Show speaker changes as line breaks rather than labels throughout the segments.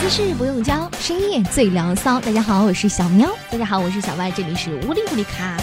姿势不用教，深夜最聊骚。大家好，我是小喵。大家好，我是小歪，这里是无力无力咖。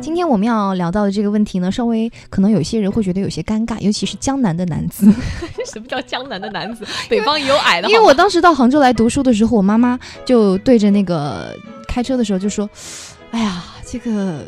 今天我们要聊到的这个问题呢，稍微可能有些人会觉得有些尴尬，尤其是江南的男子。
什么叫江南的男 子？北方也有矮的好
因
吗，
为我当时到杭州来读书的时候，我妈妈就对着那个开车的时候就说：“哎呀，这个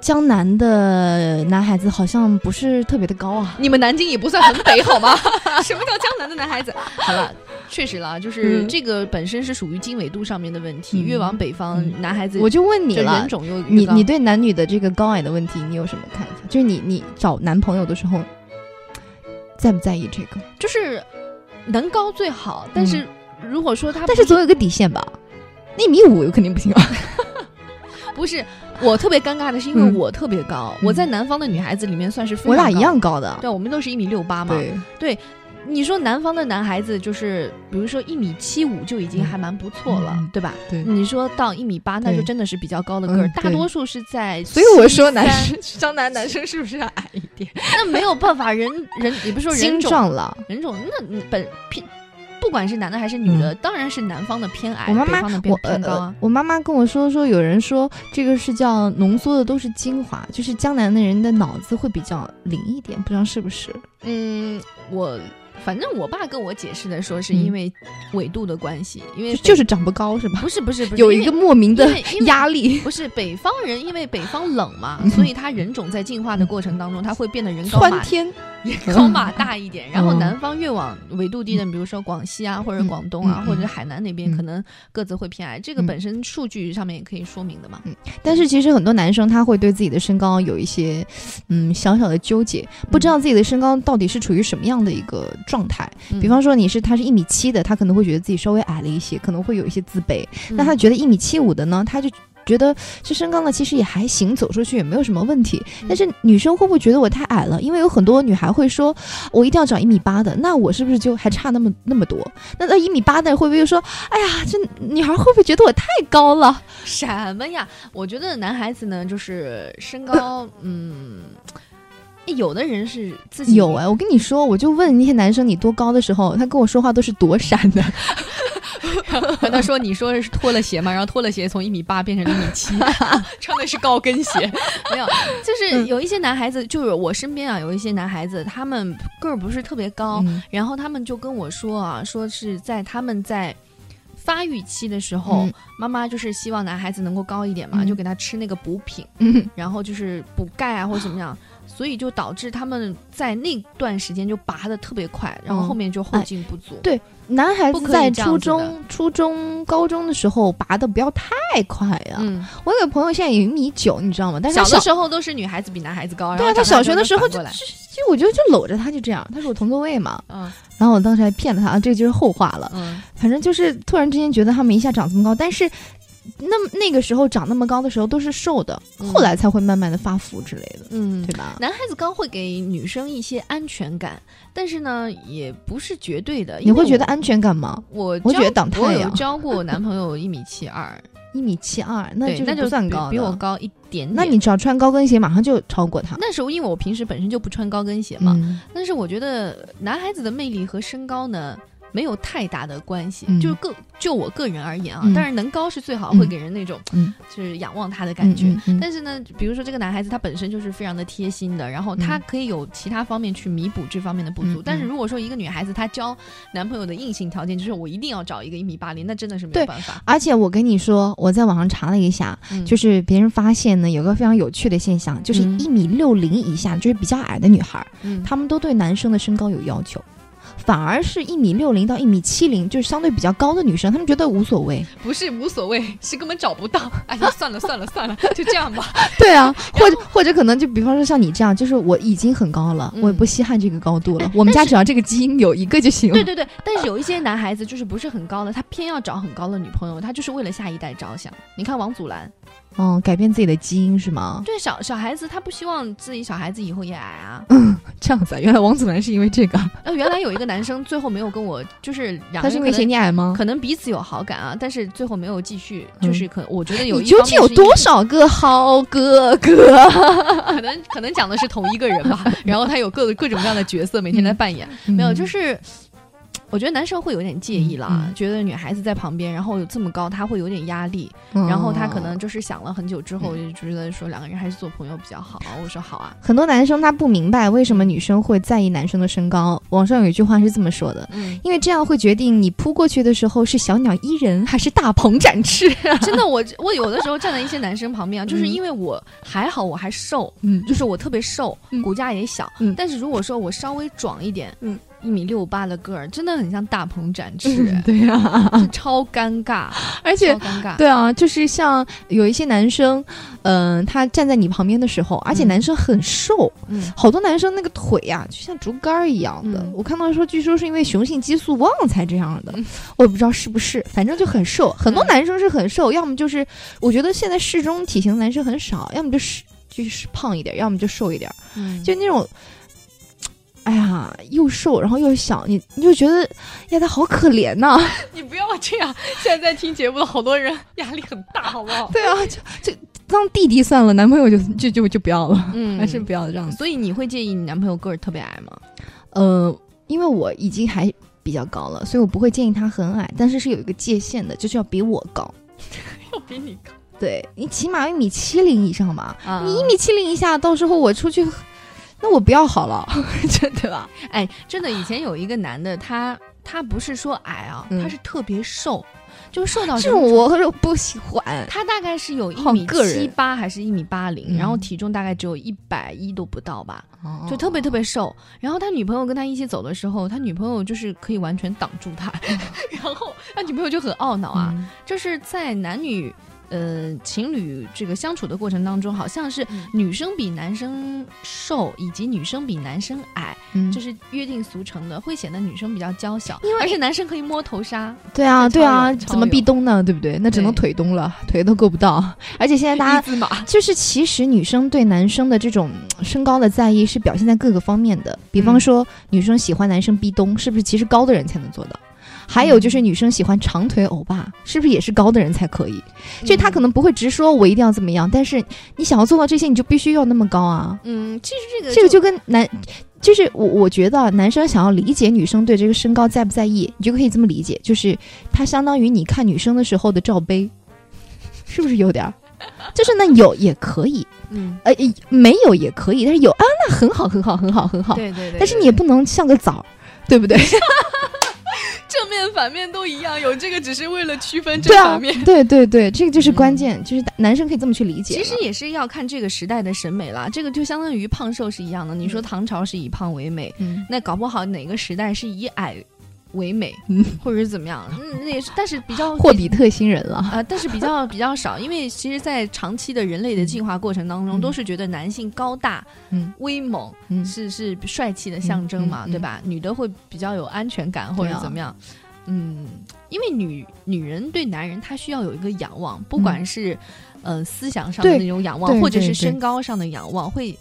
江南的男孩子好像不是特别的高啊。
你们南京也不算很北 好吗？什么叫江南的男孩子？好了，确实了，就是
嗯
这个本身是属于经纬度上面的问题，
嗯
越往北方，
嗯
男孩”子
我就问你
这人
了，
种又
你
越高
你对男女的这个高矮的问题，你有什么看法？就是你你找男朋友的时候，在不在意这个？
就是能高最好，但是如果说他
嗯但是总有个底线吧。一米五肯定不行啊！
不是我特别尴尬的是，因为
嗯
我特别高，
嗯
我在南方的女孩子里面算是非
我俩
常
一
高
样高的啊
的，。对，我们都是一米六八嘛。
对，
你说南方的男孩子就是，比如说一米七五就已经还蛮不错了，
嗯
对吧？
对
你说到一米八，那
对
就真的是比较高的个儿，
嗯
大
对
多数是在。
所以我说男，生， 江南男生是不是要矮一点？
那没有办法，人人也不是说人
精
种，
壮了，
人种那你本偏，不管是男的还是女的，当然是南方的偏矮，
嗯我妈
北
妈
方的偏
我呃
偏高啊。
我妈妈跟我说说，有人说这个是叫浓缩的都是精华，就是江南的人的脑子会比较灵一点，不知道是不是？
嗯，我反正我爸跟我解释的说，是
嗯
因为纬度的关系，因为
就就是是长不高是吧？
不是不是不是
有
因
一
为
个莫名的
因为因为
压力，
不是北方人，因为北方冷嘛，
嗯
所以他人种在进化的过程当中，他会变得人高
窜
马
天。
人高马大一点。然后
嗯
南方越往纬度低的，比如说广西啊，或者广东啊，
嗯嗯
或者海南那边，
嗯
可能个子会偏矮。这个
嗯
本身数据上面也可以说明的嘛。
但是其实很多男生他会对自己的身高有一些嗯小小的纠结，不知道自己的身高到底是处于什么样的一个状态。
嗯
比方说你是他是一米七的，他可能会觉得自己稍微矮了一些，可能会有一些自卑。
嗯
那他觉得一米七五的呢，他就觉得这身高呢其实也还行，走出去也没有什么问题。
嗯
但是女生会不会觉得我太矮了？因为有很多女孩会说，我一定要找一米八的，那我是不是就还差那么那么多？那那一米八的会不会又说，哎呀，这女孩会不会觉得我太高了？
什么呀？我觉得男孩子呢，就是身高，嗯，哎有的人是自己
有哎、我跟你说，我就问那些男生你多高的时候，他跟我说话都是躲闪的。
跟他说：“你说的是脱了鞋吗？然后脱了鞋从一米八变成一米 七，穿的是高跟鞋。 没有，就是
嗯
有一些男孩子，就是我身边啊，有一些男孩子，他们个儿不是特别高，
嗯
然后他们就跟我说啊，说是在他们在。”发育期的时候，
嗯
妈妈就是希望男孩子能够高一点嘛，
嗯
就给他吃那个补品，
嗯
然后就是补钙啊或者怎么样，所以就导致他们在那段时间就拔的特别快，然后
嗯
后面就后
哎
劲不足。
对男孩
不
子
可以
在
这样
初
子的
中、初中、高中的时候拔的不要太快呀、
嗯，
我有个朋友现在有一米九，你知道吗？但是
小
他
的时候都是女孩子比男孩子高，
对
然
啊，
后
他
长大
小
之
学
后
的时候
就
就就
反过来
就我就就搂着他就这样，他是我同座位嘛。
嗯
然后我当时还骗了他啊，这个就是后话了。
嗯，
反正就是突然之间觉得他们一下长这么高，但是那么那个时候长那么高的时候都是瘦的，
嗯
后来才会慢慢的发福之类的，
嗯
对。吧？
男孩子高会给女生一些安全感，但是呢，也不是绝对的。
你会觉得
安？
安全感吗？
我
我觉
交
得挡太
我有
阳
交过男朋友一米七二，
一米七二， 那
对，
就
那
是
就
不算
比
高
比
的
我。高一点点。
那你只要穿高跟鞋，马上就超过他。
那时候因为我平时本身就不穿高跟鞋嘛，
嗯，
但是我觉得男孩子的魅力和身高呢。没有太大的关系，
嗯
就是个就我个人而言啊，
嗯
当然能高是最好，
嗯
会给人那种、
嗯
就是仰望他的感
嗯
觉。
嗯嗯
但是呢，比如说这个男孩子他本身就是非常的贴心的，然后他
嗯
可以有其他方面去弥补这方面的不足。
嗯
但是
嗯
如果说一个女孩子她交男朋友的硬性条件就是我一定要找一个一米八零，那真的是没有
对
办 法。
而且我跟你说，我在网上查了一下，
嗯
就是别人发现呢，有个非常有趣的现象，就是
嗯
一米六零以下，就是比较矮的女孩儿，
嗯
她们都对男生的身高有要求，反而是一米六零到一米七零，就是相对比较高的女生，她们觉得无所谓。
不是无所 谓，是根本找不到。哎呀，算了算了算了，就这样吧。
对啊，或者或者可能就比方说像你这样，就是我已经很高了，
嗯
我也不稀罕这个高度了
哎，
我们
但
家
是
只要这个基因有一个就行了。
对对对，但是有一些男孩子就是不是很高的，他偏要找很高的女朋友，他就是为了下一代着想。你看王祖蓝，
嗯，改变自己的基因是吗？
对小小孩子，他不希望自己小孩子以后也矮啊。
这样子啊，原来王祖蓝是因为 这个，
呃，原来有一个男生最后没有跟我，就是两
他
个
是
人
因为
可
嫌
能
你矮吗？
可能彼此有好感啊，但是最后没有继续，
嗯
就是可我觉得有
你
一
究
方
竟
面
有
是因为
多少个好哥哥？
可能可能讲的是同一个人吧，然后他有各各种各样的角色每天在
嗯
扮演，没有就是是。我觉得男生会有点介意啦，
嗯嗯
觉得女孩子在旁边，然后有这么高，他会有点压力。
哦嗯
然后他可能就是想了很久之后，就觉得说两个人还是做朋友比较好。我说好啊，
很多男生他不明白为什么女生会在意男生的身高。网上有一句话是这么说的。
嗯，
因为这样会决定你扑过去的时候是小鸟依人还是大鹏展翅。
真的，我我有的时候站在一些男生旁边啊，就是
嗯
因为我还好，我还瘦，
嗯
就是我特别瘦
嗯，
骨架也小
嗯，
但是如果说我稍微壮一点，
嗯，
一米六八的个儿，真的很像大鹏展翅，哎
是，对啊，
就超尴 尬，
而
超
且
尴尬。
对啊，就是像有一些男生，嗯、他站在你旁边的时候，而且
嗯
男生很瘦，
嗯，
好多男生那个腿呀、就像竹竿儿一样的。
嗯
我看到说，据说是因为雄性激素旺才这样的，我也不知道是不是，反正就很瘦。很多
嗯
男生是很瘦，要么就是我觉得现在适中体型的男生很少，要么就是就是胖一点，要么就瘦一点，
嗯，
就那种。哎呀，又瘦，然后又小，你你就觉得，哎呀，他好可怜 呐、
你不要这样。现在在听节目的好多人压力很大，好不好？
对啊，就就当弟弟算了，男朋友就就就就不要了，
嗯，
还是不要这样子。
所以你会介意你男朋友个儿特别矮吗？
呃，因为我已经还比较高了，所以我不会建议他很矮，但是是有一个界限的，就是要比我高。
要比你高
对你起码一米七零以上吧，
啊！
你一米七零以下，到时候我出去，那我不要好了， 这对吧？
哎，真的，以前有一个男的，他他不是说矮啊，
嗯
他是特别瘦，哦就是瘦到
这
什
种
么
我我不喜欢。
他大概是有一
好
米
个
七
人
八还是一米八零，
嗯哦
然后体重大概只有一百一都不到吧，哦就特别特别瘦。然后他女朋友跟他一起走的时候，他女朋友就是可以完全挡住他， 然后他女朋友就很懊恼啊。
嗯
这是在男女呃情侣这个相处的过程当中，好像是
嗯
女生比男生瘦，以及女生比男生矮，
嗯
这是约定俗成的，会显得女生比较娇小，
因为
而且男生可以摸头杀，
对啊，
这
对啊，
超有
怎么壁咚呢？对不对？那只能
对
腿咚了，腿都够不到。而且现在大家
一字马，
就是其实女生对男生的这种嗯身高的在意是表现在各个方面的，比
嗯
方说女生喜欢男生壁咚，是不是其实高的人才能做到？还有
嗯
就是女生喜欢长腿欧巴，是不是也是高的人才可以？就
嗯
他可能不会直说我一定要怎么样，但是你想要做到这些，你就必须要那么高啊。
嗯，其实这个
这个就跟男，就是我我觉得啊男生想要理解女生对这个身高在不在意，你就可以这么理解，就是它相当于你看女生的时候的罩杯，是不是有点儿？就是那有也可以，
嗯，
呃，诶没有也可以，但是有啊，那很好，很好，很好，很好。
对对对，
但是你也
对
不能像个枣儿， 对不对？
正面反面都一样，有这个只是为了区分
对啊，对对对，这个就是关键，就是男生可以这么去理解了。
嗯其实也是要看这个时代的审美啦，这个就相当于胖瘦是一样的。你说
嗯
唐朝是以胖为美，
嗯，
那搞不好哪个时代是以矮为美，
嗯
或者是怎 么样？嗯，那也是，但是比较
霍比特星人了。
啊、但是比较比较少，因为其实，在长期的人类的进化过程当中，
嗯
都是觉得男性高大、
嗯
威猛
嗯，
是是帅气的象征嘛，
嗯嗯嗯
对吧？女的会比较有安全感或者
对啊
怎么样，嗯，因为女女人对男人她需要有一个仰望，不管是、呃思想上的
对
那种仰
嗯
望，
对
或者
对
是
对
身高上的仰望，会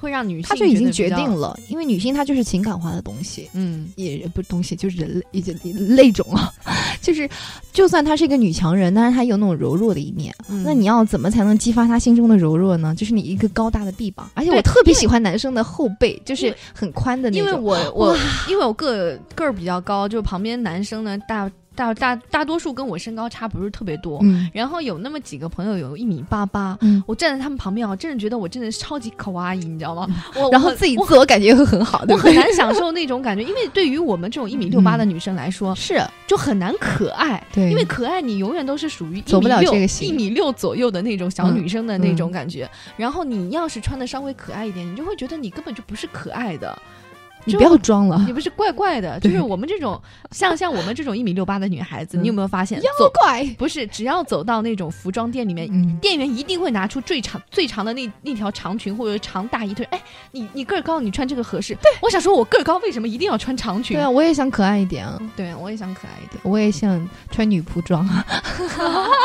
会让女性
他就已经
觉
决
得比
定
较，
了，因为女性她就是情感化的东西。
嗯
也不是东西，就是人类，也就类种啊， 就是，就算她是一个女强人，但是她有那种柔弱的一面。
嗯，
那你要怎么才能激发她心中的柔弱呢？就是你一个高大的臂膀，而且
对
我特别
因为
喜欢男生的后背，就
因
是
为
很宽的那
因
种。
为我我
哇
因为我个个儿比较高，就旁边男生呢大大大大多数跟我身高差不是特别多，
嗯
然后有那么几个朋友有一米八八。
嗯，
我站在他们旁边啊，真的觉得我真的是超级可爱，你知道吗？我
嗯然后
我
自己
我
自我感觉会很好，对
我
不
很
对？
难享受那种感觉，因为对于我们这种一米六八的女生来说，
是啊
就很难可爱。
对，
因为可爱，你永远都是属于
走不了这个
一
形
米六左右的那种小
嗯
女生的那种感觉。然后你要是穿的稍微可爱一点，你就会觉得你根本就不是可爱的，
你
就
不要装了，
你不是怪怪的。就
啊对
是我们这种像像我们这种一米六八的女孩子，
嗯
你有没有发现
妖
走
怪。
不是只要走到那种服装店里面，
嗯，
店员一定会拿出最长最长的那那条长裙或者长大衣腿，哎，你你个儿高，你穿这个合适。对，我想说，我个儿高为什么一定要穿长裙？
对啊，我也想可爱一点啊，
对我也想可爱一点。
我也想穿女仆装啊。
所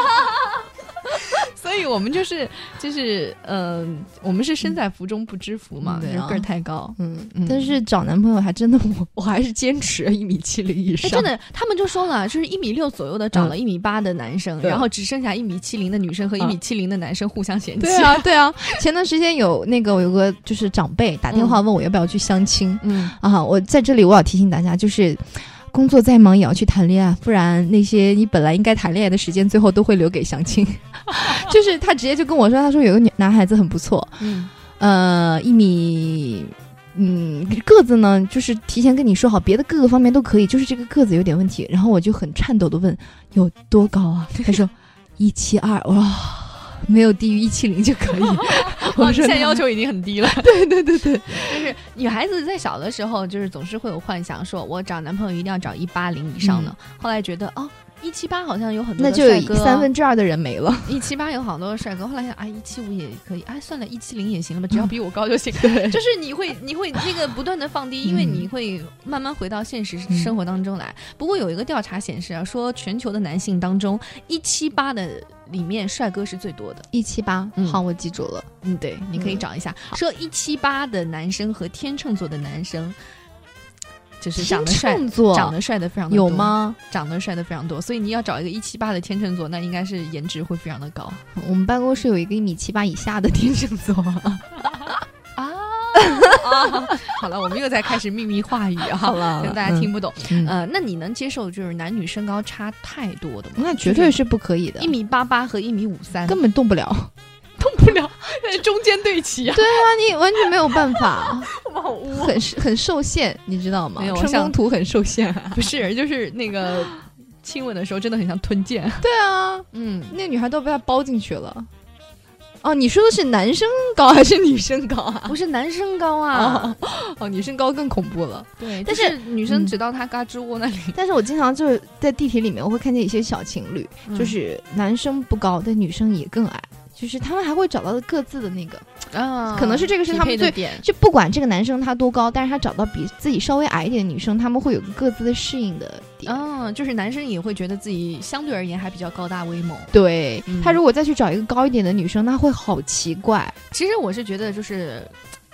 所以我们就是就是呃，我们是身在福中不知福嘛，
嗯
就
对啊
是个儿太高。
嗯
嗯，
但是找男朋友还真的，我我还是坚持一米七零以
哎，
上。
真的，他们就说了，就是一米六左右的长了一米八的男生，
对
然后只剩下一米七零的女生和一
啊
米七零的男生互相嫌弃。
对啊，对啊。前段时间有那个我有个就是长辈打电话问我要不要去相亲、
嗯，
啊，我在这里我要提醒大家，就是工作再忙也要去谈恋爱，不然那些你本来应该谈恋爱的时间，最后都会留给相亲。 就是他直接就跟我说，他说有个女男孩子很不错，
嗯
呃，一米。嗯，个子呢，就是提前跟你说好，别的各个方面都可以，就是这个个子有点问题。然后我就很颤抖的问有多高啊？他说一七二，我说没有低于一七零就可以。
哦
我
你
说
现在
那
要求已经很低了。
对对对对，
就是女孩子在小的时候，就是总是会有幻想，说我找男朋友一定要找一八零以上的。后来觉得哦，一七八好像有很多
那
的
就有
帅
一
哥，啊
三分之二的人没了。
一七八有好多的帅哥。后来想，哎，一七五也可以，哎，算了，一七零也行了吧，只要比我高就行。
嗯对
就是你会，你会那个不断的放低，因为
嗯
你会慢慢回到现实
嗯
生活当中来。不过有一个调查显示啊，说全球的男性当中，一七八的里面帅哥是最多的。
一七八
嗯，
好，我记住了。
嗯，对，你可以
嗯
找一下，说一七八的男生和天秤座的男生，就是长得帅。
秤座
长得帅的非常的
有？吗？
长得帅的非常多，所以你要找一个一七八的天秤座，那应该是颜值会非常的高
我们办公室有一个一米七八以下的天秤座。
啊啊！好了，我们又在开始秘密话语 啊，
好了
可能大家
嗯
听不懂。
嗯
呃，那你能接受就是男女身高差太多的吗？
那绝对是不可以的
一，米八八和一米五三，
根本动不了。
动不了，在 中间对齐啊，
对啊，你完全没有办法，
我们好污啊
很很受限，你知道吗
没有？我
春
想
宫图很受 限啊。
不是，就是那个亲吻的时候真的很像吞剑。
对啊，
嗯，
那女孩都被他包进去了。哦，你说的是男生高还是女生高啊？
不是男生高啊，
哦，女生高更恐怖了。
对，
但
但
是
是女生只到他嘎吱窝那里，
但是我经常就是在地铁里面，我会看见一些小情侣，就
就是
是男生不高，但女生也更矮，就是他们还会找到各自的那个，
啊
可能是这个是他们最。
点。
就不管这个男生他多高，但是他找到比自己稍微矮一点的女生，他们会有个各自的适应的点。
啊，就是男生也会觉得自己相对而言还比较高大威猛。
对、
嗯
他如果再去找一个高一点的女生，那会好奇怪。
其实我是觉得就是。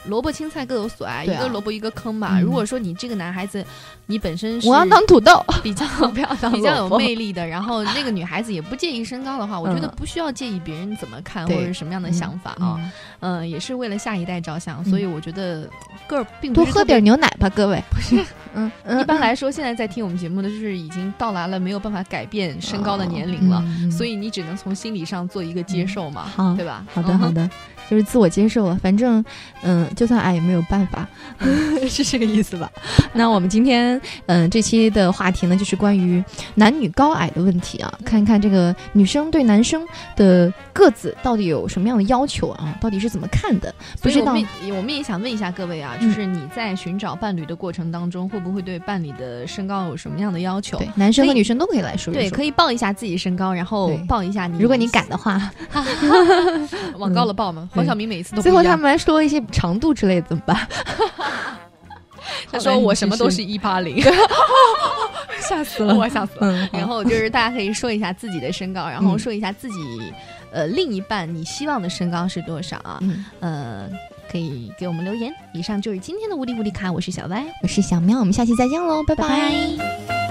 萝卜青菜各有所爱，一
对啊
个萝卜一个坑吧。
嗯
如果说你这个男孩子，你本身是
我要当土豆，
比 较
不要当
比较有
萝卜
魅力的，然后那个女孩子也不介意身高的话，我觉得不 需要介意别人怎么看或
对
者是什么样的想法啊。
嗯
嗯，也是为了下一代着想，所以我觉得个儿并不
嗯多
是特
喝
别
点牛奶吧，各位。不
是，
嗯，
一般来说，现在在听我们节目的，就是已经到达了没有办法改
嗯
变身高的年龄了，所
以
以你只能从心理上做一个接受嘛，
嗯嗯好
对吧？
好的好
的，
的，就是自我接受了。反正，嗯，就算矮也没有办 法，是这个意思吧？ 那我们今天，嗯，这期的话题呢，就是关于男女高矮的问题啊，
嗯
看一看这个女生对男生的个子到底有什么样的要求啊，到底是怎么看的？不
所以
知
我
道
们也我们也想问一下各位啊，
嗯
就是你在寻找伴侣的过程当中，会不会对伴侣的身高有什么样的要求？
对，男生和
可以
女生都可以来说一
对，
说
可以报一下自己身高，然后
对
报一下你。
如果你敢的话，
往高了报嘛，
对
黄晓明每一次都不
最后
一
他
样
们来说一些长度之类的怎么办？
他说
嗯
我什么都是一八 零，
吓死
我吓死了。
嗯，
然后就是大家可以说一下自己的身高，然后说一下自己呃另一半你希望的身高是多少啊？
嗯，
呃，可以给我们留言。以上就是今天的无敌无敌卡，我是小歪，
我是小喵，我们下期再见喽，拜
拜
拜
拜。